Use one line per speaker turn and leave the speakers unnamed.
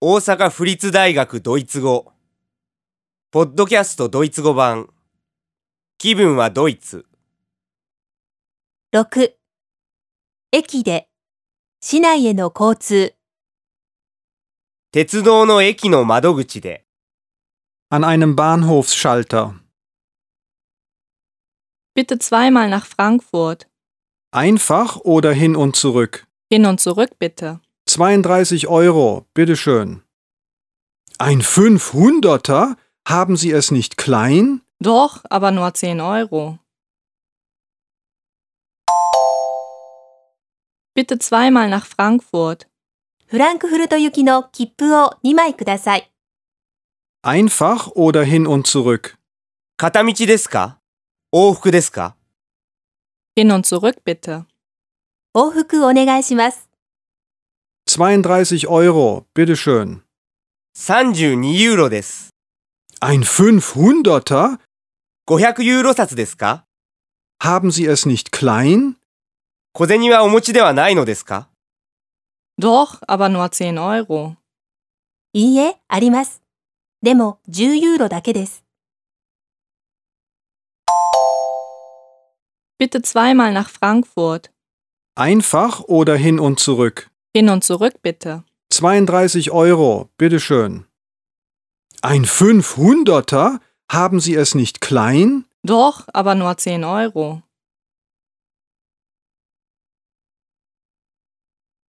大阪府立大学ドイツ語ポッドキャストドイツ語版気分はドイツ
6駅で市内への交通
鉄道の駅の窓口で
An einem Bahnhofsschalter.
Bitte zweimal nach Frankfurt.
Einfach oder hin und zurück.
Hin und zurück bitte.
32 Euro, bitteschön. Ein 500er? Haben Sie es nicht klein?
Doch, aber nur 10 Euro. Bitte zweimal nach Frankfurt.
フランクフルト行きの切符を2枚ください。
Einfach oder hin und zurück.
片道ですか往復ですか
Hin und zurück bitte.
往復お願いします。
32 Euro, bitteschön.
32ユーロです
Ein 500er?
500ユーロ札ですか
Haben Sie es nicht klein?
小銭はお持ちではないのですか
Doch, aber nur 10 Euro.
いいえ、あります。でも10ユーロだけです。
Bitte zweimal nach Frankfurt.
Einfach oder hin und zurück.
Hin und zurück bitte.
32 Euro, bitteschön. Ein 500er? Haben Sie es nicht klein?
Doch, aber nur 10 Euro.